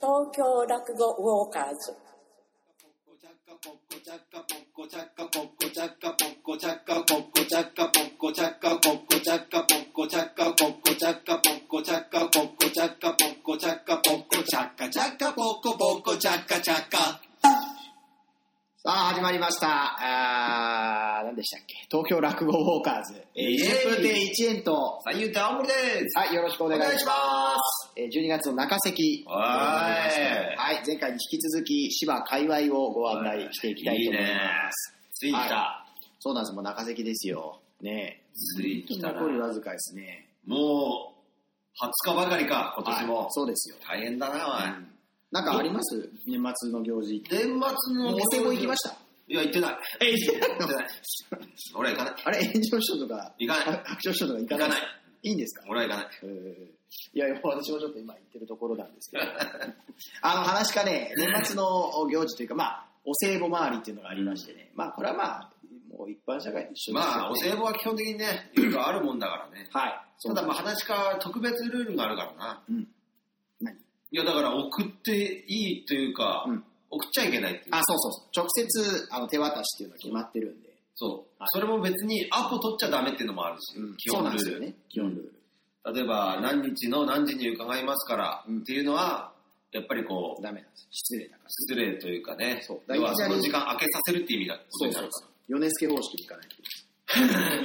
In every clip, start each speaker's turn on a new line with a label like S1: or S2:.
S1: 東京落語ウォーカーズ
S2: さあ、始まりました。あー、何でしたっけ東京落語ウォーカーズ。えー、
S3: イエーイ
S2: 10分で1円と。
S3: 三遊亭青森です。
S2: はい、よろしくお願いします。えー12月の中関。
S3: はーい
S2: はい、前回に引き続き、芝界隈をご案内していきたいと思います。
S3: ついた。
S2: そうなんです、もう中関ですよ。ね
S3: つい来たな
S2: 残。りわずかですね。
S3: もう、20日ばかりか、今年
S2: はい
S3: も。
S2: そうですよ。
S3: 大変だな、
S2: なんかあります年末の行事
S3: お。い。年末の。
S2: お世話行きました
S3: いや、行ってない。
S2: え、行って
S3: 行ってない。俺は行かない。
S2: あれ、炎上書とか、
S3: 行かない。
S2: あ白鳥書とか行か
S3: 行
S2: な
S3: か
S2: い
S3: ない。
S2: いいんですか
S3: 俺は行かない。
S2: えーいやいや、私もちょっと今言ってるところなんで すけど、あの、話かね、年末の行事というか、まあ、お歳暮回りっていうのがありましてね、まあ、これはまあ、もう一般社会と一緒ですよね
S3: まあ、お歳暮は基本的にね、いろいろあるもんだからね。
S2: はい。
S3: ただ、まあ、話か、特別ルールがあるからな。
S2: うん。何
S3: いや、だから、送っていいというか、
S2: うん
S3: 送っちゃいけないっていう
S2: あ、。そうそうそう。直接、あの、手渡しっていうのは決まってるんで、
S3: そう
S2: はい。
S3: それも別に、アポ取っちゃダメっていうのもあるし、基
S2: そう
S3: 本
S2: なん
S3: ル
S2: で
S3: ー
S2: す
S3: ル
S2: よ。ね、基本ルール。
S3: 例えば何日の何時に伺いますから
S2: うん
S3: っていうのは、やっぱりこう、
S2: ダメなんです。失礼だから。
S3: 失礼というかね、
S2: そう
S3: 要はそ
S2: 大
S3: の
S2: 体
S3: 時間空けさせるって意味だことになるか
S2: 米助方式でいかない と。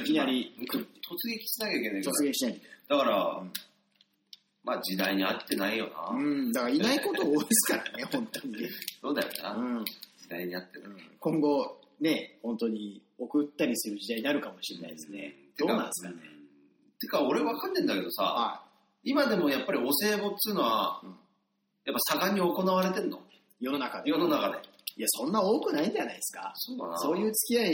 S2: いきなり、
S3: ら。突撃しなきゃいけないか
S2: 突撃しないと。
S3: ら。だから、
S2: うん
S3: まあ時代に合ってないよな。
S2: うん、だからいないこと多いですからね、本当にね。
S3: そうだよな、
S2: うん。
S3: 時代に合ってない。
S2: 今後ね本当に送ったりする時代になるかもしれないですね、
S3: て
S2: どうなんですかね、
S3: てか俺わかんねえんだけどさ、
S2: は
S3: 今でもやっぱりお歳暮っつうのは、
S2: うん
S3: やっぱ盛んに行われてんの
S2: い、世の中で
S3: 世の中で。
S2: いやそんな多くないんじゃないですか
S3: そうかな。
S2: そういう付き合い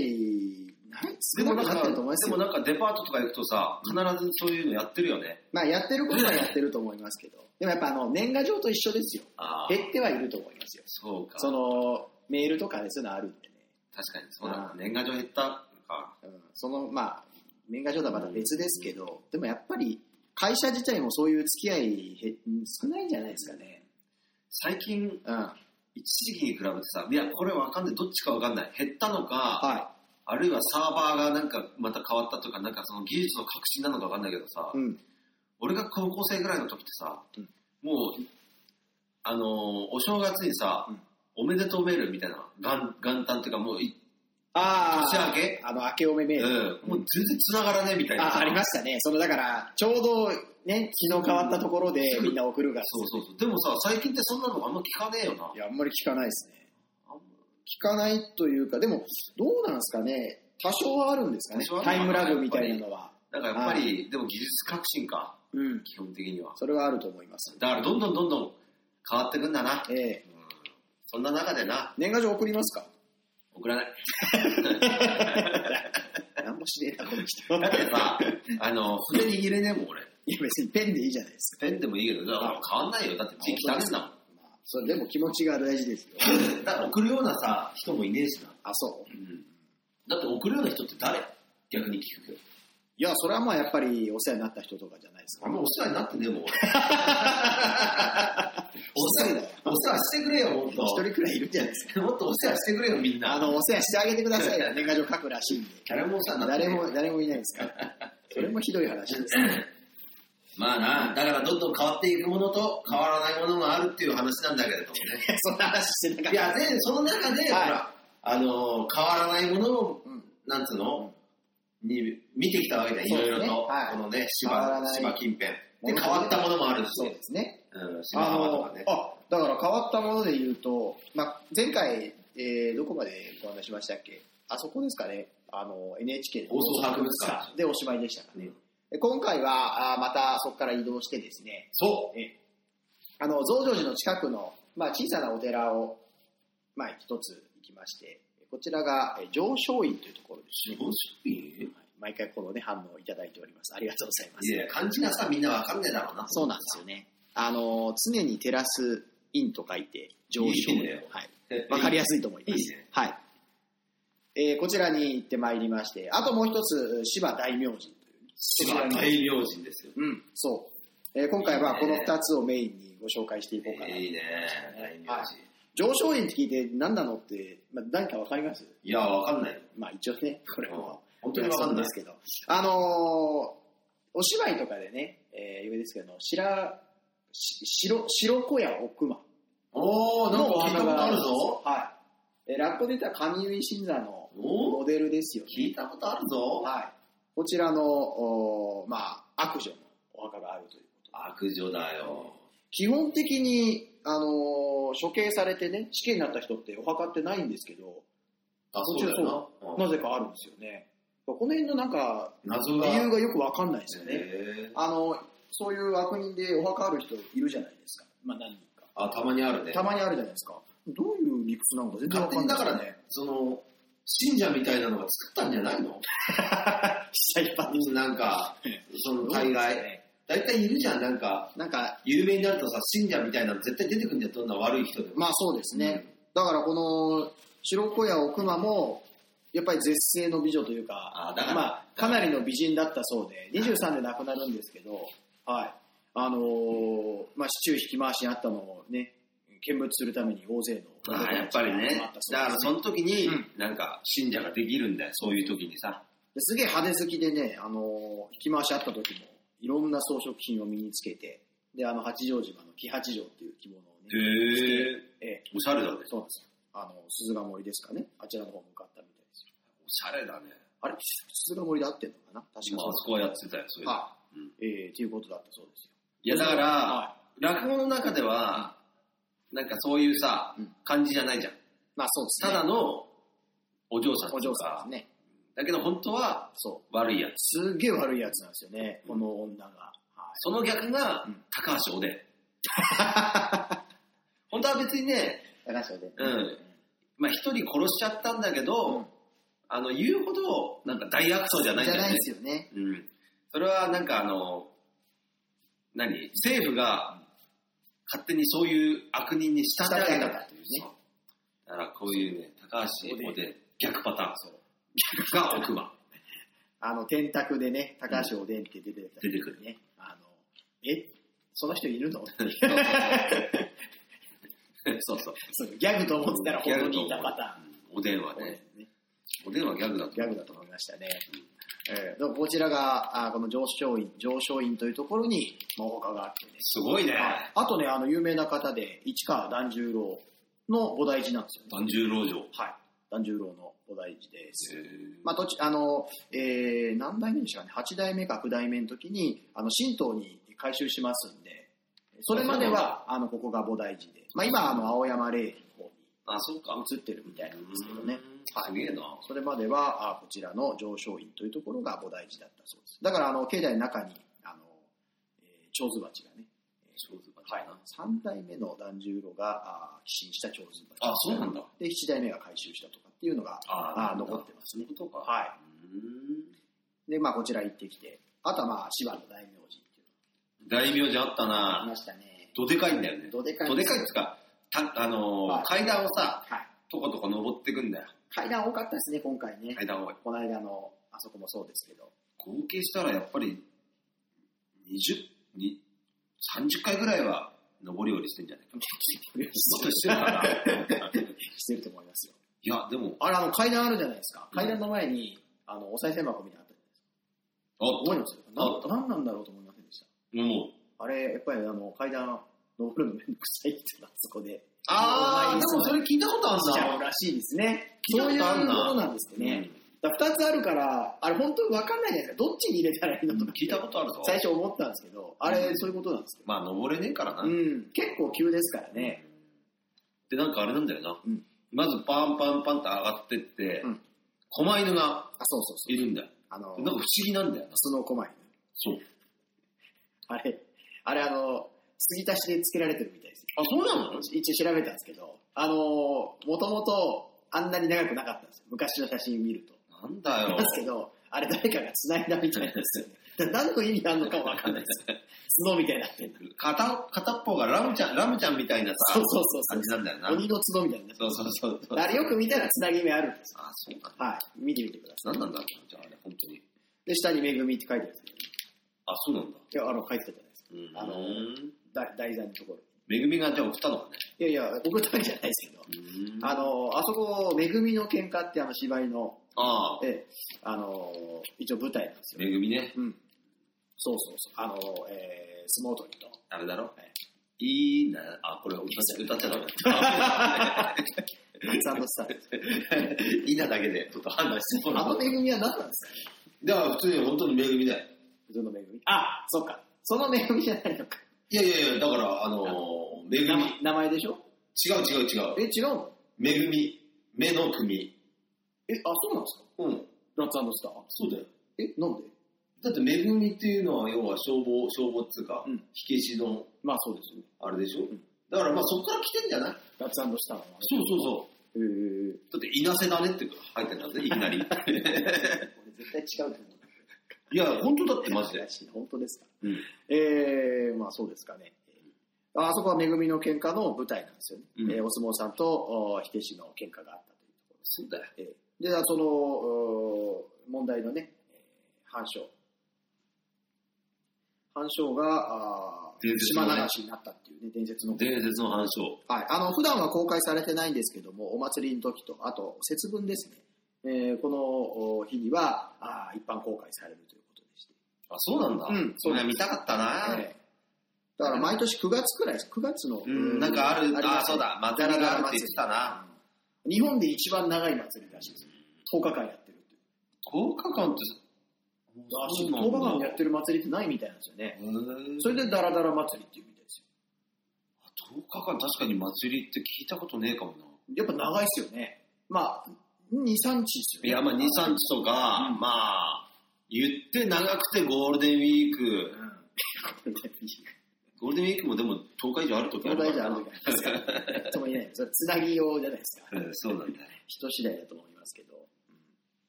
S2: ない
S3: で
S2: 少
S3: も
S2: な
S3: な
S2: く
S3: ん
S2: なってると思いま
S3: か、
S2: す
S3: でも
S2: よ
S3: なんかデパートとか行くとさ、必ずそういうのやってるよね。
S2: まあやってることはやってると思いますけどでもやっぱあの年賀状と一緒ですよ
S3: あ
S2: 減ってはいると思いますよ
S3: そうか。
S2: そのメールとかでそういうのあるんでね、
S3: 確かにそうだ
S2: あ
S3: な。年賀状減ったか。
S2: うん、そのまあ年賀状とはまた別ですけどでもやっぱり会社自体もそういう付き合い減少ないんじゃないですかね
S3: 最近、
S2: うんは
S3: 一時期に比べてさ、いや、これわかんない。どっちかわかんない。減ったのか、
S2: い
S3: あるいはサーバーがなんかまた変わったとか、なんかその技術の革新なのかわかんないけどさ、
S2: うん
S3: 俺が高校生ぐらいの時ってさ
S2: うん、
S3: もう、あのーお正月にさ
S2: うん、
S3: おめでとうメールみたいな、元元旦っていうかもうい、
S2: ああ。
S3: 年明け
S2: あの、明けおめメー
S3: う
S2: ル。
S3: ん、もう全然繋がらねえみたいな
S2: あ、
S3: さ。
S2: ありましたね。その、だから、ちょうど、ね、日の変わったところで
S3: うん
S2: みんな送るから。
S3: そうそうそう。でもさ、最近ってそんなのあんま聞かねえよな。
S2: いや、あんまり聞かないですね。
S3: あんま
S2: 聞かないというか、でも、どうなんですかね。多少はあるんですかね
S3: 多少。は
S2: タ
S3: ある
S2: イ
S3: の
S2: ム
S3: かな
S2: ラグみたいなのは。
S3: だからやっぱり、でも技術革新か、
S2: うん。
S3: 基本的には。
S2: それはあると思います。
S3: だからどんどんどんどん変わってくんだな。
S2: ええ
S3: うんそんな中でな、
S2: 年賀状送りますか
S3: 送らない。
S2: 何もしねえな、この 人。
S3: だって さ、あの、筆握れねえもん俺。
S2: いや、別にペンでいいじゃないですか。
S3: ペンでもいいけど、だから変わんないよ。だって字汚ねえんだも
S2: まあ、それでも気持ちが大事ですよ。
S3: ん。だから送るようなさ、人もいねえしな。
S2: あ、そう。
S3: だって送るような人って誰逆に聞くけど。
S2: いや、それはまあ、やっぱりお世話になった人とかじゃないですか
S3: あん。まお世話になってねえ もん俺。お世
S2: 失
S3: 話
S2: 礼だよ
S3: お世話してくれよ、もっ
S2: 一人くらいいるんじゃないですか。
S3: と。もっとお世話してくれよ、みんな。
S2: あの、お世話してあげてくだ さいよ。年賀状書くらしいんで。
S3: 誰もさ、
S2: 誰も、誰もいないですから。それもひどい話です。
S3: まあな、だからどんどん変わっていくものと変わらないものがあるっていう話なんだけれどもね。
S2: そんな話してなかっ
S3: いや、で、その中で、
S2: はい
S3: ほら、あのー変わらないものを、
S2: た。うん。
S3: なんつうの、に見てきたわけだよ、い
S2: そうですね
S3: ろいろと。
S2: はい
S3: このね、
S2: 変わら
S3: 芝
S2: ない、
S3: 芝近辺。
S2: も
S3: で、
S2: の
S3: 変わったものもあるし、
S2: そうですね。
S3: うん、芝
S2: あ
S3: 浜と
S2: の、
S3: かね。
S2: あ、だから変わったもので言うと、まあ、前回、えーどこまでご案内しましたっけあそこですかね。あの、NHK の
S3: 放送博物館
S2: でおしまいでしたか
S3: う
S2: ね
S3: ん。
S2: で今回は、あーまたそこから移動してですね、
S3: そう。
S2: えあの増上寺の近くの、まあ、小さなお寺を、まあ、一つ行きましてこちらがえ上昇院というところですね
S3: すごい
S2: 毎回この、ね、反応をいただいておりますありがとうございま
S3: い
S2: す
S3: や、漢字がさ、みんなわかんねえだろうな。
S2: そうなんですよねあの常に照らす院と書いて上昇
S3: いい
S2: 院
S3: ね
S2: はい、
S3: え。
S2: わかりやすいと思います
S3: いいね
S2: はいえーこちらに行ってまいりましてあともう一つ芝大明神という
S3: 芝大名人ですよ。
S2: うんそう、えー今回はこの二つをメインにご紹介していこうかなと
S3: いいね。ね、行事。
S2: 上昇園って聞いて何なのって、まあ、何かわかります
S3: いや、わかんない。
S2: まあ一応ね、これも
S3: 本当にわかんない
S2: ですけど、あのーお芝居とかでね、えー有名ですけど、白、し白、白子や奥間
S3: おー、なんか聞いたことあるぞ。
S2: はい。えーラッコで言ったら上結新座の
S3: おー、
S2: モデルですよね。
S3: 聞いたことあるぞ。
S2: はい。こちらの、おーまあ、悪女のお墓があるという。
S3: 悪女だよ。
S2: 基本的に、あのー処刑されてね、死刑になった人ってお墓ってないんですけど、
S3: あ、
S2: も
S3: そう
S2: ちろ
S3: だ
S2: ん
S3: よな。うん
S2: なぜかあるんですよね。この辺のなんか、
S3: 謎が。
S2: 理由がよくわかんないですよね。
S3: へー
S2: あの、そういう悪人でお墓ある人いるじゃないですか。まあ何人か。
S3: あ、たまにあるね。
S2: たまにあるじゃないですか。どういう理屈なのか全然わ
S3: 勝
S2: か
S3: 手
S2: ん
S3: に
S2: な
S3: だ
S2: い。
S3: からね、その、信者みたいなのが作ったんじゃない の
S2: 下一般
S3: うんなんか、その大概。大体いるじゃん、なんか、
S2: なんか、
S3: 有名になるとさ、信者みたいなの絶対出てくるんだよ、どんな悪い人でも。
S2: まあそうですね。だからこの、白子や奥間も、やっぱり絶世の美女というか、
S3: あだから
S2: まあ、かなりの美人だったそうで、23で亡くなるんですけど、はい。あのーまあ、市中引き回しにあったのをね、見物するために大勢の
S3: まあやっぱりね
S2: 集ま
S3: だ
S2: った、そうです
S3: からその時に
S2: うん、
S3: なんか、信者ができるんだよ、そういう時にさ。
S2: ですげえ派手好きでね、あのー引き回しあった時も、いろんな装飾品を身につけて、で、あの、八丈島の木八丈っていう着物を
S3: へ
S2: ね、
S3: え
S2: ええ
S3: おしゃれだね。
S2: そうなんですよ。あの、鈴ヶ森ですかね、あちらの方向かったみたいですよ。
S3: おしゃれだね。
S2: あれ鈴ヶ森で合ってんのかな確か
S3: まあ、あそこはやってたよ、それで。
S2: はい、
S3: うん
S2: ええということだったそうですよ。
S3: いや、だから、
S2: はい。
S3: 落語の中では、なんかそういうさ
S2: うん、
S3: 感じじゃないじゃん。
S2: まあそうです
S3: た
S2: ね。
S3: だの、お嬢さん
S2: お
S3: と
S2: 嬢さ
S3: か
S2: ん、ですね。
S3: だけど本当は
S2: そう。
S3: 悪いやつ。
S2: すげえ悪いやつなんですよね、この女が。はい。
S3: その逆が
S2: うん、
S3: 高橋おでん。 本当は別にね、
S2: 高橋で。
S3: うんまあ、一人殺しちゃったんだけど、
S2: うん
S3: あの、言うほど、なんか大悪党じゃないん
S2: じゃ
S3: だよ
S2: ない
S3: ね
S2: で。すよね。
S3: うん。それは、なんかあの、何政府が、勝手にそういう悪人に仕立て上げたっていうね
S2: 仕立て上げた。
S3: だから、こういうね、高橋お
S2: お
S3: でん、逆パターン。
S2: そう。
S3: が奥歯。
S2: あの、天卓でね、高橋おでんって出てきた時に
S3: 出てくる
S2: ね。あの、えその人いるの
S3: そうそう。
S2: そうギャグと思ってたら本当にいたパターン。
S3: おでんはね、おでんはギャグだと
S2: ギャグだと思いましたね。えーでもこちらが、あこの上昇院、上昇院というところに、まあ、お墓があってね。
S3: すごいね。
S2: ああとね、あの、有名な方で、市川團十郎の菩提寺なんですよね。
S3: 團十郎城。
S2: はい。團十郎の菩提寺です。まあ、どっち、あの、えー何代目でしたかね、8代目か9代目の時に、あの、神道に改修しますんで、それまでは、あの、ここが菩提寺で、まあ、今、あの、青山霊園の方に
S3: あ、そうか。
S2: 移ってるみたいなんですけどね。
S3: すげえな。
S2: それまでは、あこちらの上昇院というところが菩提寺だったそうです。だから、あの、境内の中に、あの、えー、蝶子鉢がね、
S3: 上手
S2: は
S3: だ
S2: い
S3: な。、
S2: 3代目の團十郎があー寄進した長寿
S3: あ、そうなんだ。
S2: で7代目が改修したとかっていうのが
S3: あ
S2: あー残ってますね
S3: ことか。
S2: はいうでまあこちら行ってきてあとはまあ芝の大名人っていう
S3: 大名字あった
S2: のがあり
S3: な。
S2: ましたね
S3: どでかいんだよね。
S2: どでかい
S3: どでかいっつうか、たあのー
S2: はい
S3: 階段をさ、
S2: はい
S3: とことこ登ってくんだよ。
S2: 階段多かったですね今回ね、
S3: 階段を。
S2: この間のあそこもそうですけど
S3: 合計したらやっぱり、20、に30回ぐらいは上り下りしてん じゃないかな。もっとしてるかな。
S2: してると思いますよ
S3: いや、でも、
S2: あれあの階段あるじゃないですか
S3: うん
S2: 階段の前に、あのお賽銭箱みたいなのあったじ
S3: あ、も
S2: ゃないですか
S3: あ
S2: 覚
S3: った
S2: えてます何なんだろうと思いませんでした
S3: う、
S2: あれやっぱりあの階段登るのめんどくさいってなそこで
S3: あー、でもそれ聞いたことある
S2: しちゃう
S3: な。
S2: らしいですね。
S3: 聞いた
S2: そう
S3: こ
S2: いう
S3: とあるな
S2: ことなんですってね。だから2つあるから、あれ本当に分かんないじゃないですか。どっちに入れたらいいのとか、
S3: 聞いたことあるぞ。
S2: 最初思ったんですけど、あれ
S3: うん
S2: そういうことなんですけど。
S3: まあ、登れねえからな。
S2: うん、結構急ですからね。
S3: で、なんかあれなんだよな。
S2: うん
S3: まずパンパンパンって上がってって、
S2: うん
S3: 狛犬が
S2: あ、そうそうそう。
S3: いるんだよ。
S2: あの
S3: で、なんか不思議なんだよな。
S2: スノーコマイ
S3: そう。
S2: あれ、あれあの、継ぎ足しで付けられてるみたいです。
S3: あ、そうなの
S2: 一応調べたんですけど、あの、もともとあんなに長くなかったんですよ。昔の写真見ると。
S3: なんだよ。
S2: ですけど、あれ誰かが繋いだみたいなんですよね。 だから何の意味あるのかも分かんないですよ。スノーみたいになってる
S3: 片片っぽがラムちゃん、ラムちゃんみたいなさ、
S2: そうそうそうそう
S3: 感じなんだよな。
S2: 鬼の角みたいな。
S3: そうそうそうそう。
S2: あれよく見たらつなぎ目あるんです
S3: あ、そうなんだ。
S2: よ。はい。見てみてください。
S3: 何なんだろうじゃあ、あれ、本当に。
S2: で、下に恵みって書いてあるんですけど、
S3: あ、そうなんだ。
S2: いや、あの、書いてたじゃないですか。
S3: うん。
S2: あのーだ題材のところ。
S3: めぐみがじゃあ送ったのかね。
S2: いやいや、送ったわけじゃないですけど。あの、あそこ、めぐみの喧嘩ってあの芝居の、
S3: ああ、
S2: ええ、あの、一応舞台なんですよ。
S3: めぐみね。
S2: うん。そうそうそう。あの、えー、相撲取りと。
S3: あれだろ
S2: はい
S3: いいな、あ、これ歌っちゃ歌っちゃ ダメだ。
S2: 松安スター。
S3: いいなだけで、ちょっと判断してもら
S2: あ
S3: お
S2: の
S3: う。
S2: めぐみは何なんですか
S3: だから普通に本当にめぐみだよ。
S2: 普通のめぐみ。あ、そっか。そのめぐみじゃないのか。
S3: いやいやいや、だから、あのー、めぐ
S2: 名
S3: み。
S2: 前名前でしょ
S3: 違う違う違う。
S2: え、違うの
S3: めぐみ。目の組。
S2: え、あ、そうなんですか
S3: うん。
S2: 松安スター。
S3: そうだよ。
S2: え、なんで
S3: だって、めぐみっていうのは、要は消防、消防っつうか、
S2: うん
S3: 火消しの、
S2: まあそうですよね。
S3: あれでしょ、
S2: ん
S3: だから、まあ、そこから来てんじゃない
S2: 松安スターの名前。
S3: そうそうそう。
S2: えー、
S3: だって、稲瀬だねって入ってたんだぜ、いきなり。
S2: 俺絶対違うと思う。
S3: いや、本当だって、マジで
S2: 怪。しい本当ですか。
S3: うん。
S2: えー、まあそうですかね。ああそこはめぐみの喧嘩の舞台なんですよね。
S3: うん
S2: えーお相撲さんとお火消しの喧嘩があったというところです。
S3: そうだよ。
S2: えーで、そのお問題のね、えー反証。反証が、あー
S3: 伝説の
S2: 島
S3: ね
S2: 流しになったっていうね、伝説の。
S3: 伝説の反証。
S2: はい。あの、普段は公開されてないんですけども、お祭りの時と、あと、節分ですね。えーこのお日にはあー、一般公開されるということでして。
S3: あ、そうなんだ。
S2: うん
S3: それ見たかったな、
S2: ええだから毎年9月くらいです。9月の。
S3: うん、なんかある、
S2: りま
S3: あ、
S2: す
S3: そうだ、祭りがあるって言ってたな。
S2: 日本で一番長い祭りらしいです。10日間やってるって。
S3: 10日間って、
S2: らしい10日間やってる祭りってないみたいなんですよね。
S3: へー
S2: それでダラダラ祭りっていうみたいですよ。
S3: 10日間確かに祭りって聞いたことねえかもな。
S2: やっぱ長いですよね。まあ、2、3日ですよね。
S3: いや、まあ2、3日とか、まあ、言って長くてゴールデンウィーク、
S2: うん。
S3: ゴールデンウィークもでも10日以上あるとき
S2: こ
S3: あ
S2: の
S3: るから
S2: 大事なあるじゃないですか。とも言えない。それつなぎ用じゃないですか。
S3: うんそうなんだね。
S2: 人次第だと思いますけど、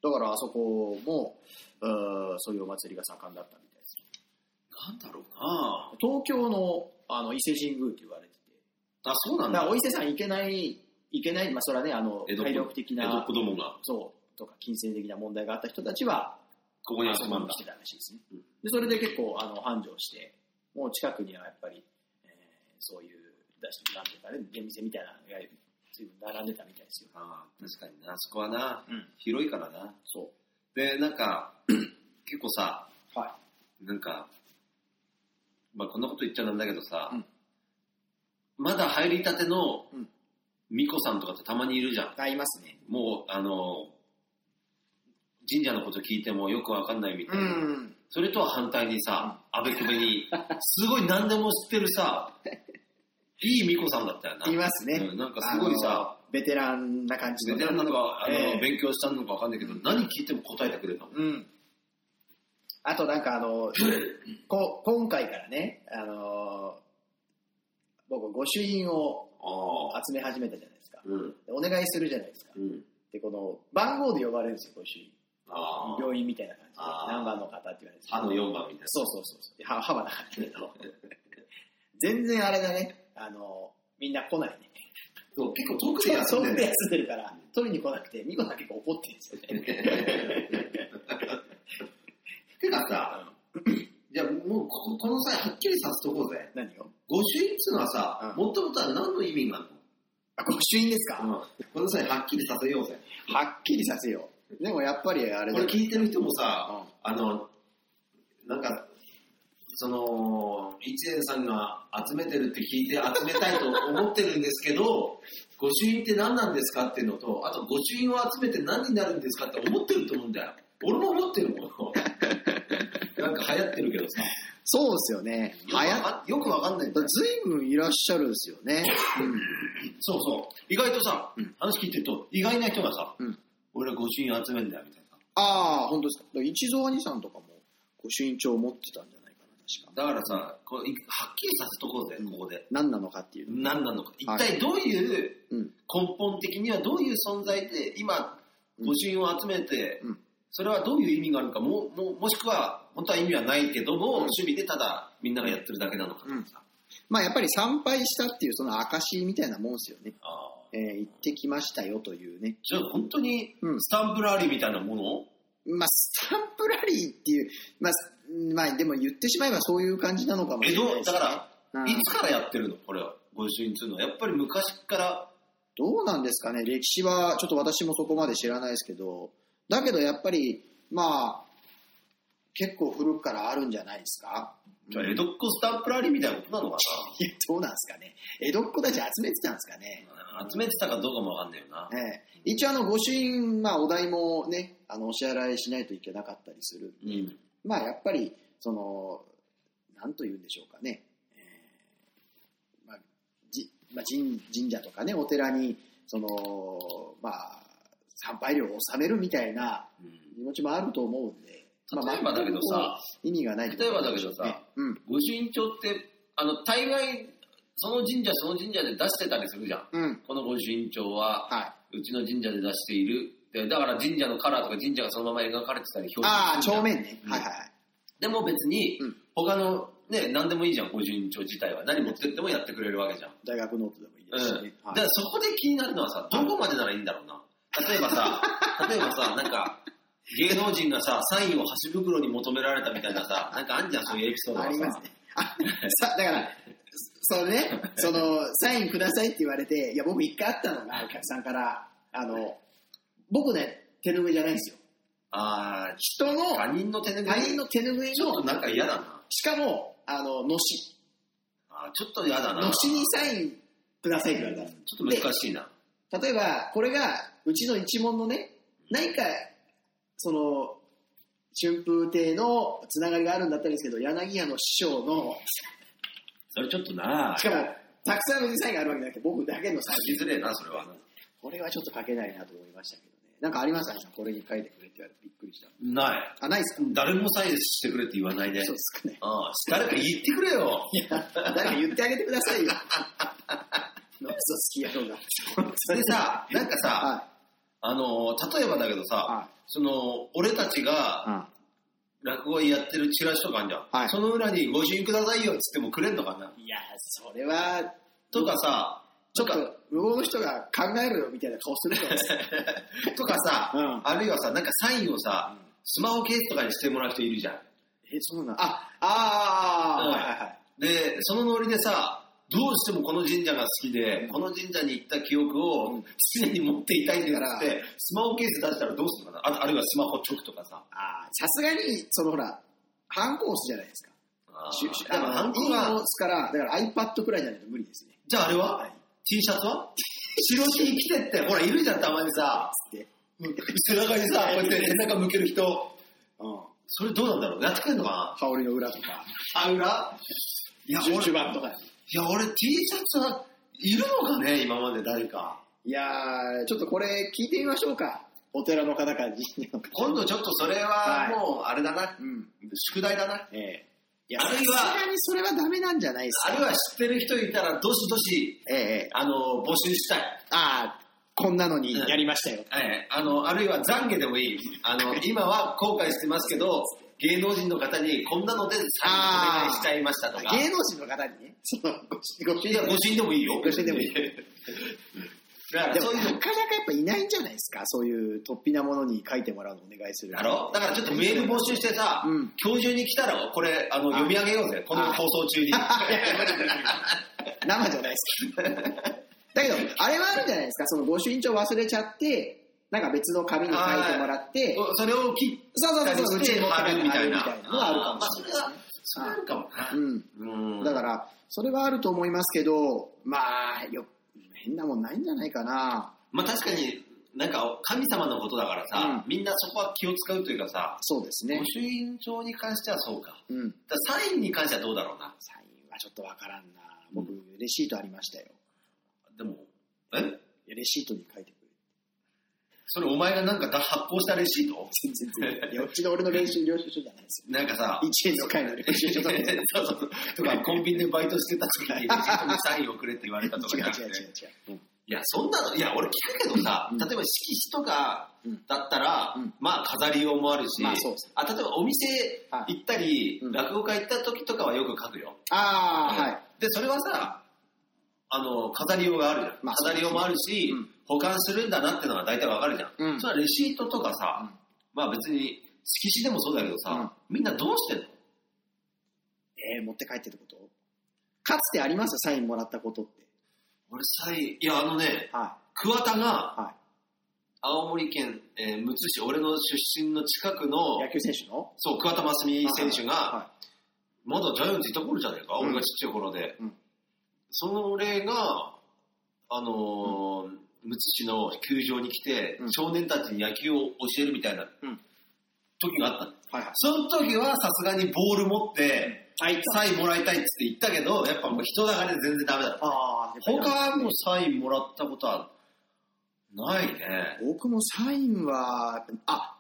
S2: だからあそこもうんそういうお祭りが盛んだったみたいです
S3: なんだろうな
S2: 東京のあの伊勢神宮と言われてて
S3: あ、そうなん
S2: だから
S3: だ。
S2: お伊勢さん行けない行けない、まあ、それはねあの
S3: 江戸っ子
S2: 体力的
S3: 江戸
S2: な
S3: 子供が
S2: そうとか金銭的な問題があった人たちは
S3: ここに集
S2: そ
S3: まる
S2: こ
S3: ん
S2: に
S3: だ
S2: 来。てたらしいですねでそれで結構あの繁盛してもう近くにはやっぱり、えーそういう出してなんていうかね出店みたいなのが随分並んでたみたいですよ、
S3: ああ、確かにな。あそこはな、
S2: うん、
S3: 広いからな。
S2: そ
S3: で、なんか、 結構さ、
S2: うはい
S3: なんか、まあこんなこと言っちゃなんだけどさ、
S2: うん
S3: まだ入りたての
S2: うん、
S3: 巫女さんとかってたまにいるじゃん。
S2: あいますね
S3: もう、あの、神社のこと聞いてもよくわかんないみたいな。
S2: ん
S3: それとは反対にさ、あべこべに、すごい何でも知ってる さ、いい巫女さんだったよな。
S2: いますね
S3: うんなんかすごいさ、
S2: あのベテランな感じの
S3: ベテランなのか、あの、
S2: ええ
S3: 勉強したのかわかんないけど、何聞いても答えてくれたもん。
S2: うんあとなんかあ のこ今回からねあの僕御朱印を
S3: ああ。
S2: 集め始めたじゃないですか
S3: うん。
S2: でお願いするじゃないですか
S3: うん。
S2: でこの番号で呼ばれるんですよ御朱印
S3: ああ。
S2: 病院みたいな感じで
S3: あー
S2: 何番の方って言われて
S3: 歯の4番みたいな。
S2: そうそうそうそうは歯はなかったけど 全然あれだねあのみんな来ないね
S3: そう結構遠く で
S2: そう
S3: や って
S2: そ
S3: んだ
S2: う
S3: よ
S2: で
S3: ね。
S2: 休んでるから取りに来なくてミコだけが怒ってるんですよ ね
S3: てかさ、じゃあもうこここの際はっきりさせとこうぜ。
S2: 何を
S3: 御朱印っつうのはさ、
S2: う
S3: もともとは何の意味がある
S2: あ、御朱印ですか、
S3: の、この際はっきりさせようぜ。
S2: はっきりさせよう。でもやっぱりあれ
S3: これ
S2: だ
S3: 聞いてる人も
S2: う
S3: さ、
S2: ん
S3: あの、なんか、その、一円さんが集めてるって聞いて集めたいと思ってるんですけど、 御朱印って何なんですかっていうのと、あと御朱印を集めて何になるんですかって思ってると思うんだよ。俺も思ってるもん。なんか流行ってるけどさ。
S2: そうですよね。
S3: よくわかんよくわかんないんだよ。
S2: ずいぶんいらっしゃるんですよね。
S3: そうそう。意外とさ、
S2: うん
S3: 話聞いてると、意外な人がさ、
S2: うん
S3: 俺ら御朱印集めんだよ、みたいな。
S2: ああ、本当ですか。だから一蔵兄さんとかも、ご朱印帳を持ってたんじゃないかな、確か。
S3: だからさ、こういはっきりさせとこうぜ、ここで。
S2: 何なのかっていう。
S3: 何なのか。一
S2: はい
S3: 体どういう、
S2: うん。
S3: 根本的にはどういう存在で、今、
S2: うん
S3: 御朱印を集めて、
S2: うん
S3: それはどういう意味があるのかも、ももしくは、本当は意味はないけども、
S2: ん
S3: 趣味でただみんながやってるだけなのかとかさ。
S2: まあやっぱり参拝したっていうその証みたいなもんですよね。
S3: あー
S2: えー行ってきましたよというね。
S3: じゃあ本当に
S2: う、ん
S3: スタンプラリーみたいなもの、
S2: まあスタンプラリーっていう、まあ、まあでも言ってしまえばそういう感じなのかもし
S3: 江
S2: れない
S3: 戸、
S2: です
S3: だ
S2: ね。
S3: から、
S2: うん
S3: いつからやってるのこれは。御朱印っていうのは、やっぱり昔から、
S2: どうなんですかね、歴史はちょっと私もそこまで知らないですけど、だけどやっぱり、まあ、結構古くからあるんじゃないですか。
S3: じゃあ江戸っ子スタンプラリーみたいなことなのか
S2: いや、どうなんですかね。江戸っ子たち集めてたんですかね。
S3: な。 集めてたかどうかもわかんないよな。
S2: ええ、一応あの、御朱印、まあ、お題もね、あの、お支払いしないといけなかったりする。
S3: うん。
S2: まあ、やっぱり、その、なんと言うんでしょうかね。えーまあ、じまあ、神神社とかね、お寺に、その、まあ、参拝料を納めるみたいな気持ちもあると思うんで。まあ
S3: 例えばだけど、さ、
S2: 全く意味がないってこ
S3: 例
S2: と
S3: えばだけどさ、
S2: うん。
S3: 御朱印帳って、あの、大概、その神社その神社で出してたりするじゃん。
S2: うん。
S3: この御朱印帳は、
S2: はい。
S3: うちの神社で出している。でだから神社のカラーとか神社がそのまま描かれてたり表示
S2: ああ、
S3: するじゃ
S2: 正
S3: ん
S2: 面ね。
S3: うん
S2: はいはいはい。
S3: でも別に
S2: うん、
S3: 他の、ね、何でもいいじゃん、御朱印帳自体は。何持ってってもやってくれるわけじゃん。
S2: 大学ノートでもいいですしね。
S3: だ
S2: は
S3: か
S2: い
S3: らそこで気になるのはさ、どこまでならいいんだろうな。例えば さ、例えばさ、なんか、芸能人がさ、サインを箸袋に求められたみたいなさ、なんかあんじゃん、そういうエピソード
S2: あ
S3: が
S2: りま
S3: さ
S2: す。ね。あさだから、そのね、その、サインくださいって言われて、いや、僕一回あったのな、お客さんから。あの、僕ね、手拭いじゃないんですよ。
S3: あー、
S2: 人の、
S3: 他人の手ぬぐい
S2: 他人の手拭い
S3: ちょっと
S2: の、
S3: なんか嫌だな。
S2: しかも、あの、のし。
S3: あーちょっと嫌だな。
S2: のしにサインくださいって言われたんです。
S3: ちょっと難しいな。
S2: 例えば、これが、うちの一門のね、何か、その、春風亭のつながりがあるんだったらいいですけど、柳家の師匠の、
S3: それちょっとな
S2: し。かも、たくさんのサインがあるわけじゃなくて、僕だけのサイン。
S3: 書きづれえな、それは。
S2: これはちょっと書けないなと思いましたけどね。なんかありますかこれに書いてくれって言われてびっくりした。
S3: ない。
S2: あ、ないっすか、
S3: 誰もサインしてくれって言わないで。
S2: そうですかね。
S3: ああ、誰か言ってくれよ。
S2: 誰か言ってあげてくださいよ。の嘘つき野郎が。
S3: でさ、なんかさ、
S2: は
S3: あのー、例えばだけどさ、
S2: は
S3: その、俺たちが落語やってるチラシとかあんじゃん。
S2: はい。
S3: その裏にご朱印くださいよっつってもくれんのかない
S2: いや、それは、
S3: とか さ、
S2: ちょっ
S3: と
S2: と、無謀の人が考えろよみたいな顔するからさ。
S3: とかさ、
S2: うん
S3: あるいはさ、なんかサインをさ、
S2: うん
S3: スマホケースとかにしてもらう人いるじゃん。
S2: え、そうなんあ、あー、
S3: うん
S2: はいはいはい。
S3: で、そのノリでさ、どうしてもこの神社が好きで、この神社に行った記憶
S2: う
S3: を
S2: ん
S3: 常に持っていたいって言っ
S2: う
S3: て、スマホケース出したらどうするのかなああるいはスマホ直とかさ。
S2: あーさすがに、そのほら、ハンコ押すじゃないですか。しゅしゅ
S3: だ
S2: だ
S3: か
S2: から
S3: ハ
S2: ら、イ
S3: ン
S2: ン
S3: コが
S2: 押、すから、だから iPad くらいじゃないと無理ですね。
S3: じゃああれは、
S2: はい
S3: T シャツ は白 T 着てって、ほら、いるじゃん、たまにさ。
S2: って。
S3: 背中にさ、こうやって背中向ける人。
S2: うん。
S3: それどうなんだろうやってくれんのか
S2: 羽織の裏とか、
S3: なあ、裏いや、俺、
S2: 10番とか。
S3: いや、俺 T シャツはいるのかね今まで誰か。
S2: いやー、ちょっとこれ聞いてみましょうか。お寺の方から神社の方。
S3: 今度ちょっとそれ
S2: は
S3: は、
S2: い
S3: もう、あれだな。
S2: うん。
S3: 宿題だな。
S2: ええいや、
S3: あるいは
S2: さすがにそれはダメなんじゃないです
S3: あ
S2: か。
S3: るいは知ってる人いたら、どしどし、
S2: ええええ
S3: あの、募集したい。
S2: ああ、こんなのにやりましたよ。
S3: はい、あの、あるいは懺悔でもいい。あ の、今は後悔してますけど、芸能人の方にこんなのでサインお願いしちゃいましたとか。
S2: 芸能人の方にね、その、ごしごし
S3: いや、ご朱印でもいいよ。
S2: ご朱印でもいい。
S3: だから
S2: で
S3: そ
S2: も
S3: う
S2: なか
S3: いう
S2: な
S3: の、
S2: かやっぱいないんじゃないですか。そういう突飛なものに書いてもらうのお願いする。
S3: だろだからちょっとメール募集してさ、
S2: うん
S3: 今日中に来たら、これ、あの、読み上げようぜ。この放送中に。
S2: 生じゃないです か。だけど、あれはあるんじゃないですか。その御朱印帳忘れちゃって、なんか別の紙に書いてもらって、
S3: それを切っ
S2: そうそう
S3: た
S2: そ
S3: り
S2: うそう、う
S3: し
S2: ちに
S3: て
S2: 持って
S3: 貼
S2: 帰っ
S3: る
S2: て
S3: みたい
S2: み
S3: な。
S2: たいなのはあるかもしれないですね。
S3: それはそうなんかもな。
S2: うん
S3: うん
S2: だから、それはあると思いますけど、まあ、よ、変なもんないんじゃないかな。
S3: まあ確かに、なんか神様のことだからさ、
S2: う
S3: みんなそこは気を使うというかさ、
S2: そうですね
S3: 御。朱印帳に関してはそうか。
S2: うん。
S3: だからサインに関してはどうだろうな。
S2: サインはちょっとわからんな。僕、レシートありましたよ。
S3: でも、え
S2: レシートに書いてくれ。
S3: それお前がなんか発行したレシート
S2: 全然全然。いやうちの俺の練習領収書じゃないですよ。
S3: なんかさ、
S2: 1円の回の領収書とかじゃ ない。
S3: そうそうとか、コンビニでバイトしてた時に、自分にサインをくれって言われたとか
S2: 違
S3: じ
S2: う
S3: ゃなくて
S2: 違う違う違う。うん
S3: いや、そんなの、いや、俺聞くけどさ、
S2: うん
S3: 例えば色紙とか
S2: うん
S3: だったら、
S2: うん
S3: まあ飾り用もあるし、
S2: まあそうです
S3: あ例えばお店
S2: はい
S3: 行ったり、
S2: うん
S3: 落語会行った時とかはよく書くよ。
S2: ああ、はい。
S3: で、それはさ、あの、飾り用があるじゃん。
S2: まあ
S3: 飾り用もあるし、
S2: うん
S3: 保管するんだなってのは大体わかるじゃん。
S2: うん
S3: それはレシートとかさ、
S2: うん
S3: まあ別に色紙でもそうだけどさ、みんなどうしてんの
S2: えー、持って帰ってってことかつてありますサインもらったことって。
S3: 俺最、いや、あのね、
S2: は
S3: 桑田が、
S2: は
S3: 青森県、えーむつ市、俺の出身の近くの
S2: い。、野球選手の
S3: そう、桑田真澄選手が、
S2: は
S3: まだジャイアンツいた頃じゃねえか、
S2: うん
S3: 俺がちっちゃい頃で。
S2: うん
S3: その俺が、あのーむつ市の球場に来て、
S2: うん
S3: 少年たちに野球を教えるみたいな
S2: うん
S3: 時があったの。
S2: い。はいはい。
S3: その時はさすがにボール持って、
S2: はい
S3: サインもらいたいっつって言ったけど、やっぱもう人だかで全然ダメだった。
S2: ああ、
S3: 他はもうサインもらったことはないね。
S2: 僕もサインは、あ、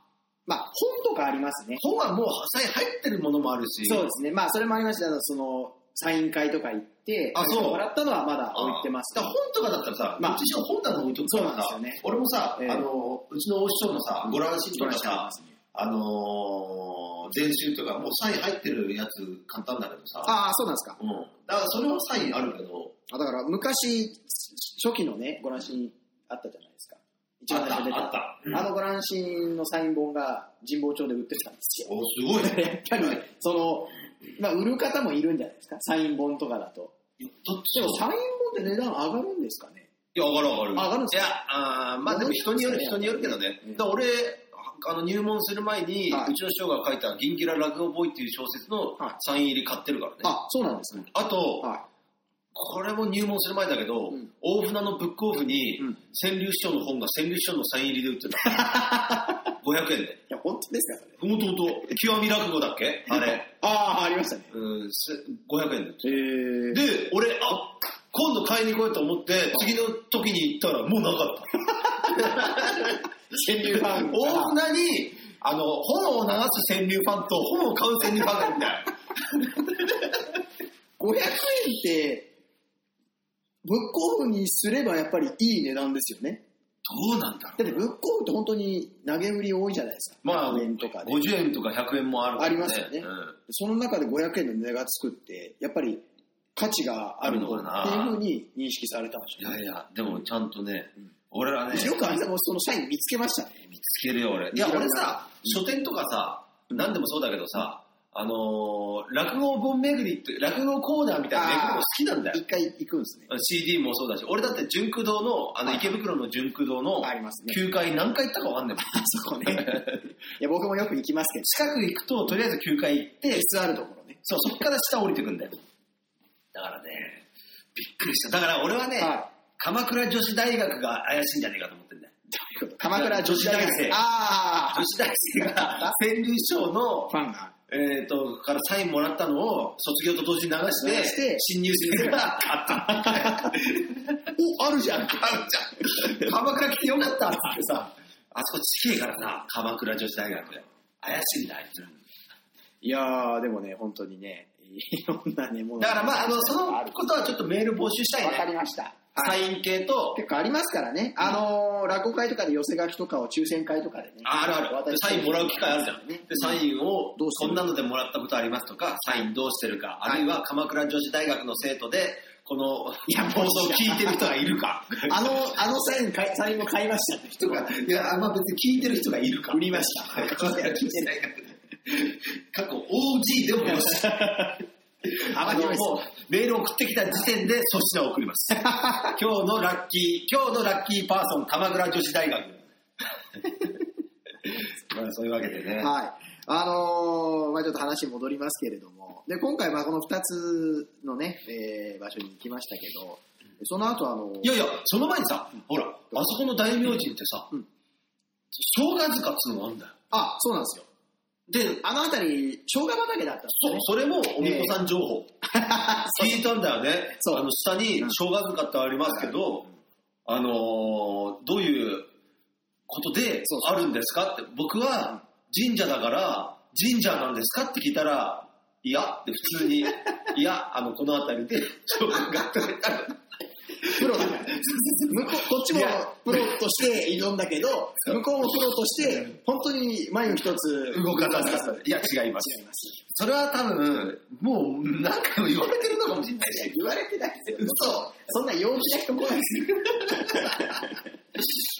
S2: まあ、本とかありますね。
S3: 本はもうサイン入ってるものもあるし、
S2: そうですね。まあ、それもありました。あの、その、サイン会とか行って、
S3: あそう
S2: もらったのはまだ置いてます
S3: だから。本とかだったらさ、
S2: まあ
S3: うちの本棚置いとくからさ
S2: そうなんですよね
S3: 俺もさ、
S2: ええ
S3: あの、うちのお師匠のさ、ご覧シートと
S2: ご覧
S3: か
S2: して
S3: さ
S2: ま、すね
S3: あのー、全集とか、もうサイン入ってるやつ簡単だけどさ、
S2: ああ、そうなんですか。
S3: うん。だからそれはサインあるけど、
S2: あだから、昔、初期のね、ご覧シーンあったじゃないですか。一
S3: あ
S2: 番
S3: っ
S2: 最初出
S3: た、
S2: た。
S3: あった。うん
S2: あのご覧シーンのサイン本が神保町で売ってたんです よ。
S3: おすごいね。
S2: やっぱり、その、まあ、売る方もいるんじゃないですか。サイン本とかだと。
S3: どっち
S2: で
S3: も
S2: も、サイン本って値段上がるんですかね
S3: いや、上がる上がる。
S2: あ上がるんですか
S3: いや、あーまあでも人による、人によるけどね。
S2: うん
S3: だから俺、あの入門する前に、
S2: はいう
S3: ちの師匠が書いた銀ギラ落語ボーイっていう小説の
S2: はい
S3: サイン入り買ってるからね。
S2: あ、そうなんですね。
S3: あと、
S2: は
S3: これも入門する前だけど、
S2: うん
S3: 大船のブックオフに、
S2: い。うん。い
S3: 川柳師匠の本が川柳師匠のサイン入りで売ってた。500円 で。
S2: や、本当ですか、それ。
S3: ほんとほんと、極み落語だっけあれ。
S2: ああ、ありましたね。
S3: うん、す500円で売って
S2: え
S3: た。で、俺、あ、今度買いに行こうと思って、次の時に行ったらもうなかった。
S2: 川柳ファンが
S3: 大船に、あの、炎を流す川柳ファンと、炎を買う川柳ファンがいるん だよ。
S2: 500円って、ブックオフにすればやっぱりいい値段ですよね。
S3: どうなんだろ
S2: だってブックオフって本当に投げ売り多いじゃないですか。
S3: まあ
S2: 100円とかで。
S3: 50円とか100円もあるから
S2: ありますよね
S3: うん
S2: その中で500円の値がつくって、やっぱり価値があるのかなっていうふうに認識されたんでし
S3: い
S2: ょう
S3: や
S2: ね。
S3: いや、でもちゃんとね、
S2: うん
S3: 俺らね、
S2: よくあれでもそのサイン見つけましたね。
S3: 見つけるよ俺。いや、俺さ、書店とかさ、
S2: うん
S3: 何でもそうだけどさ、あのー落語本巡りって、落語コーナーみたいな巡るの好きなんだよ。
S2: 一回行くんですね。
S3: CD もそうだし、俺だって純駆動の、あの
S2: はい
S3: 池袋の純駆動の
S2: ありますね。
S3: 9階何回行ったかわかんないもん。
S2: あそこね。いや、僕もよく行きますけ ど、
S3: 近く行くと、とりあえず9階行って、
S2: 質あるところね。
S3: そう、そっから下降りてくんだよ。だからね、びっくりした。だから俺はね、
S2: は
S3: 鎌倉女子大学が怪しいんじゃねえかと思ってんだよ。
S2: い。鎌倉女子大
S3: 女子大
S2: 生
S3: 生。
S2: ああ
S3: 女子大生が、川柳賞の、
S2: ファンが。
S3: えっ、と、からサインもらったのを卒業と同時に流し
S2: 流
S3: て、
S2: して
S3: 新入生が買 った。
S2: お、あるじゃん。
S3: あるじゃん。鎌倉来てよかったってさ、あそこ近いからな、鎌倉女子大学で。怪しいんだ、あいつら。
S2: いやー、でもね、本当にね、いろんなね、もの
S3: だからまあ、あの、その
S2: る
S3: ことはちょっとメール募集したい
S2: わか
S3: ね。
S2: りました。
S3: サイン系と、
S2: 結構ありますからね。あのー、落語会とかで寄せ書きとかを抽選会とかでね。
S3: あるある。で
S2: 私
S3: サインもらう機会あるじゃん。で
S2: ね、
S3: サインを、
S2: どうす
S3: こ
S2: る
S3: んなのでもらったことありますとか、サインどうしてるか、
S2: は
S3: あ
S2: い
S3: るいは鎌倉女子大学の生徒で、この、い
S2: や
S3: 放送を聞いてる人がいる か。
S2: あの、あのサイン買い、サインも買いましたって人
S3: と
S2: が
S3: か、いや、あんま別に聞いてる人がいるか。
S2: 売りました。
S3: 鎌倉女子大学で。過去 OG でもよし。 あの、もう、メールを送ってきた時点で粗品を送り ます。今日のラッキー、今日のラッキーパーソン、鎌倉女子大学。 まあ、そういうわけでね。
S2: はい。あのーまあちょっと話戻りますけれども、で、今回、まあこの2つのね、えー場所に行きましたけど、その後、あのー
S3: いやいや、その前にさ、ほら、あそこの大名人ってさ、
S2: うん
S3: 生姜塚っつうのがあんだよ。
S2: あ、そうなんですよ。
S3: で、
S2: あの辺り、生姜畑だったんです
S3: そ
S2: ね。
S3: それもおみこさん情報。 聞いたんだよね。
S2: そう
S3: あの、下に生姜塚ってありますけど、あのーどういうことで
S2: そうそ
S3: あるんですかって、僕は神社だから、神社なんですかって聞いたら、いやって普通に、 いや、あの、この辺りで生姜塚ってある
S2: プロだから。向こうこっちも
S3: いや
S2: プロとして挑んだけど、向こうもプロとして、本当に眉一つ
S3: 動かさ
S2: さ
S3: ず
S2: ず。
S3: いや、違います。
S2: 違います。
S3: それは多分、もう何回も言われてるのかもしれないし。
S2: 言われてないですよ。嘘。そんな陽気な人来ないですよ。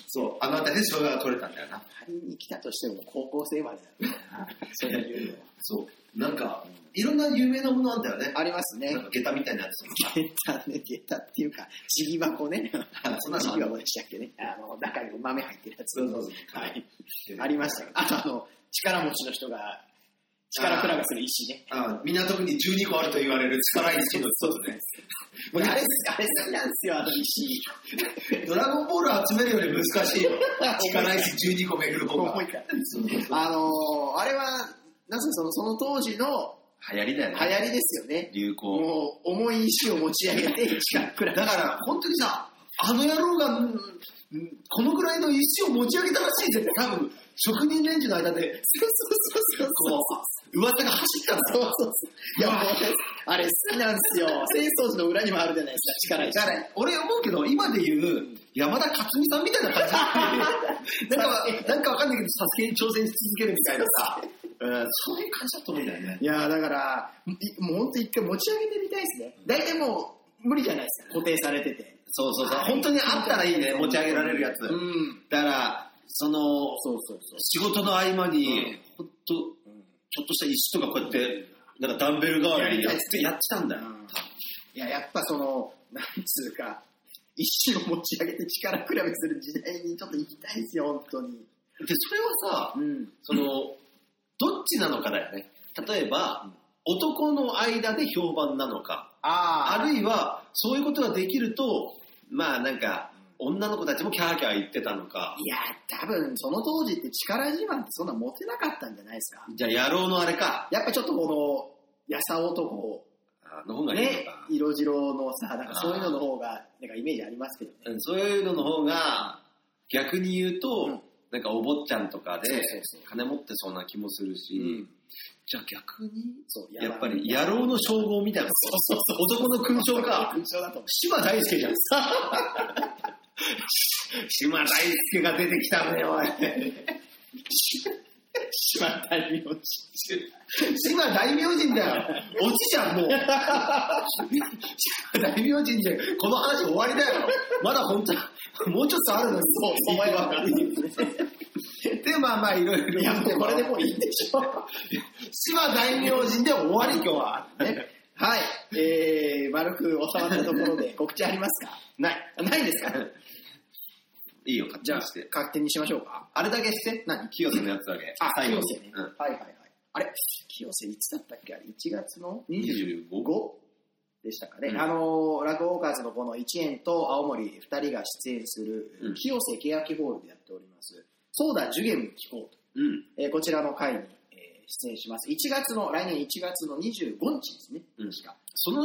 S3: そう。あなたでそれが取れたんだよな。
S2: 仮に来たとしても高校生までだから。そういうのは。
S3: そう。なんか、いろんな有名なものあんだよね。
S2: ありますね
S3: なん。か下駄みたいなやつとか。
S2: 下駄ね、下駄っていうか、ちぎ箱ね。そんなちぎ箱でしたっけね。あの、中に豆入ってるやつ。
S3: そうそうそう
S2: はい。ありましたよ。あとあの、力持ちの人が、力比べする石ね。
S3: あ港区に12個あると言われる力石の一つね。
S2: 僕あれ、あれ好きなんですよ、あの石。
S3: ドラゴンボール集めるより難しいよ。力石12個巡る方が。
S2: 重いから。あのー、あれは、なぜその、その当時の
S3: 流行りだよ
S2: 流行りですよね。
S3: 流行。
S2: もう、重い石を持ち上げて、力比べ
S3: だから、本当にさ、あの野郎が、うんうんこのくらいの石を持ち上げたらしいぜって、多分、職人連中の間で、
S2: そうそうそうそう。
S3: こう、噂が走ったんだ
S2: そう
S3: よ。
S2: そうそう。いや、もうあれ好きなんですよ。清掃寺の裏にもあるじゃないですか、力
S3: だ
S2: 石。
S3: から、俺思うけど、今で言う、山田勝美さんみたいな感じ なんか、なんかわかんないけど、サスケに挑戦し続けるみたいなさ、うんそういう感じだと思うんだよね。
S2: いやーだから、いもう本当一回持ち上げてみたいですね。大体もう無理じゃないですか、固定されてて。
S3: そうそうそう。本当にあったらいいね、持ち上げられるやつ。
S2: うん。
S3: だから、その、
S2: そうそうそう。
S3: 仕事の合間に、ほんと、ちょっとした石とかこうやって、なんかダンベル代わりにやってやってたんだよ。
S2: いや、やっぱその、なんつうか、石を持ち上げて力比べする時代にちょっと行きたいですよ、本当に。
S3: で、それはさ、
S2: うん。
S3: その、どっちなのかだよね。例えば、男の間で評判なのか、あ
S2: あ
S3: るいは、そういうことができると、まあなんか、女の子たちもキャーキャー言ってたのか
S2: あ、いや、多分その当時って力自慢ってそんな持てなかったんじゃないですか。
S3: じゃあ野郎のあれか、
S2: やっぱちょっとこの、やさ男を、
S3: あの方がいいの
S2: ね
S3: か、、
S2: 色白のさ、なんかそういうのの方が、なんかイメージありますけどね。
S3: うんそういうのの方が、逆に言うと、
S2: うん
S3: なんかお坊ちゃんとか
S2: そう
S3: で
S2: そうそう、
S3: 金持ってそうな気もするし、じゃあ逆に、
S2: そう、
S3: やっぱり野郎の称号みたいなこと男の勲章か、
S2: 勲章だと思う。
S3: 島大輔じゃん。島大輔が出てきたね、おい。
S2: 島大名人。
S3: 島大名人だよ。落ちじゃん、もう。島大名人じゃん。この話終わりだよ。まだ本当はもうちょっとあるのに、
S2: そうお前ばっか
S3: で、まあまあ、いろいろ。
S2: いや、もうこれでもういいでしょ。
S3: 島大名人で終わり、今日は。
S2: ね、はい。えー、丸く収まったところで告知ありますか
S3: ない。
S2: ないですか
S3: いいよ、勝
S2: じ
S3: 手
S2: ゃあ
S3: にして、。
S2: 勝手にしましょうか。
S3: あれだけして、何清瀬のやつだけ。
S2: あ、
S3: 最後
S2: 清
S3: に
S2: 瀬ね、
S3: うん
S2: はいはいはい。あれ清瀬いつだったっけあれ ?1 月の
S3: 25?
S2: 5でしたかね。
S3: うん
S2: あのー、ラグウォーカーズのこの1円と青森2人が出演す
S3: う
S2: る
S3: ん、
S2: 清瀬欅ホールでやっております、ソーダ受験聞こうと。
S3: うん。
S2: えーこちらの回に、えー出演します。1月の、来年1月の25日ですね。
S3: うん
S2: 確か。
S3: その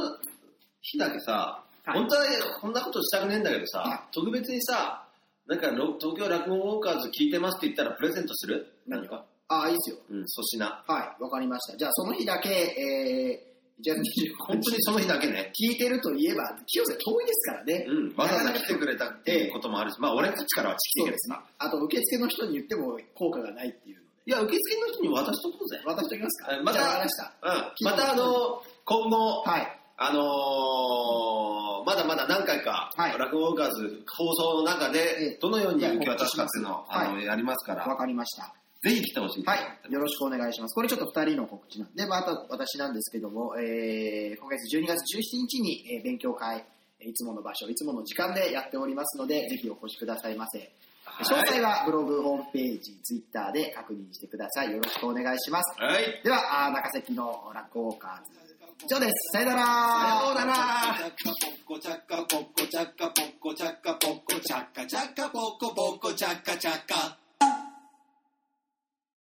S3: 日だけさ、
S2: はい
S3: 本当はこんなことしたくねえんだけどさ、
S2: は
S3: 特別にさ、なんかろ東京落語ウォーカーズ聞いてますって言ったらプレゼントする
S2: 何かああ、いいですよ。
S3: うん、粗品。
S2: はい、わかりました。じゃあその日だけ、えー、1月25
S3: 本当に
S2: 日、
S3: その日だけね。
S2: 聞いてるといえば、清瀬遠いですからね。
S3: うん、わざわざ来てくれたっていうこともあるし、まあ俺たちからは来て
S2: そ
S3: く
S2: う
S3: れ
S2: で
S3: た
S2: すね。あと、受付の人に言っても効果がないっていうので。
S3: いや、受付の人に渡しとこうぜ。
S2: 渡しときますか
S3: えまた
S2: じゃあわかりました。
S3: うん。またあの、今後、
S2: はい。
S3: あのーまだまだ何回か、
S2: はい
S3: 落語ウォーカーズ放送の中
S2: え
S3: で
S2: え、
S3: どのように受け渡すかっていうのを、
S2: いや告知します
S3: あの、やりますから、
S2: わかりました。
S3: ぜひ来てほしい。
S2: はい。よろしくお願いします。これちょっと二人の告知なんで、まあ、あと私なんですけども、えー、今月12月17日に、えー勉強会、えーいつもの場所、いつもの時間でやっておりますので、ぜひお越しくださいませ。詳
S3: はい
S2: 細はブログ、ホームページ、ツイッターで確認してください。よろしくお願いします。
S3: はい。
S2: では、あー中関の落語家、以上です。さよなら
S4: さようなら。ポッコチャッカポッコチャッカポッコチャッカポッコチャッカポッコチャッカチャッカポッコポッコチャッカチャッカ。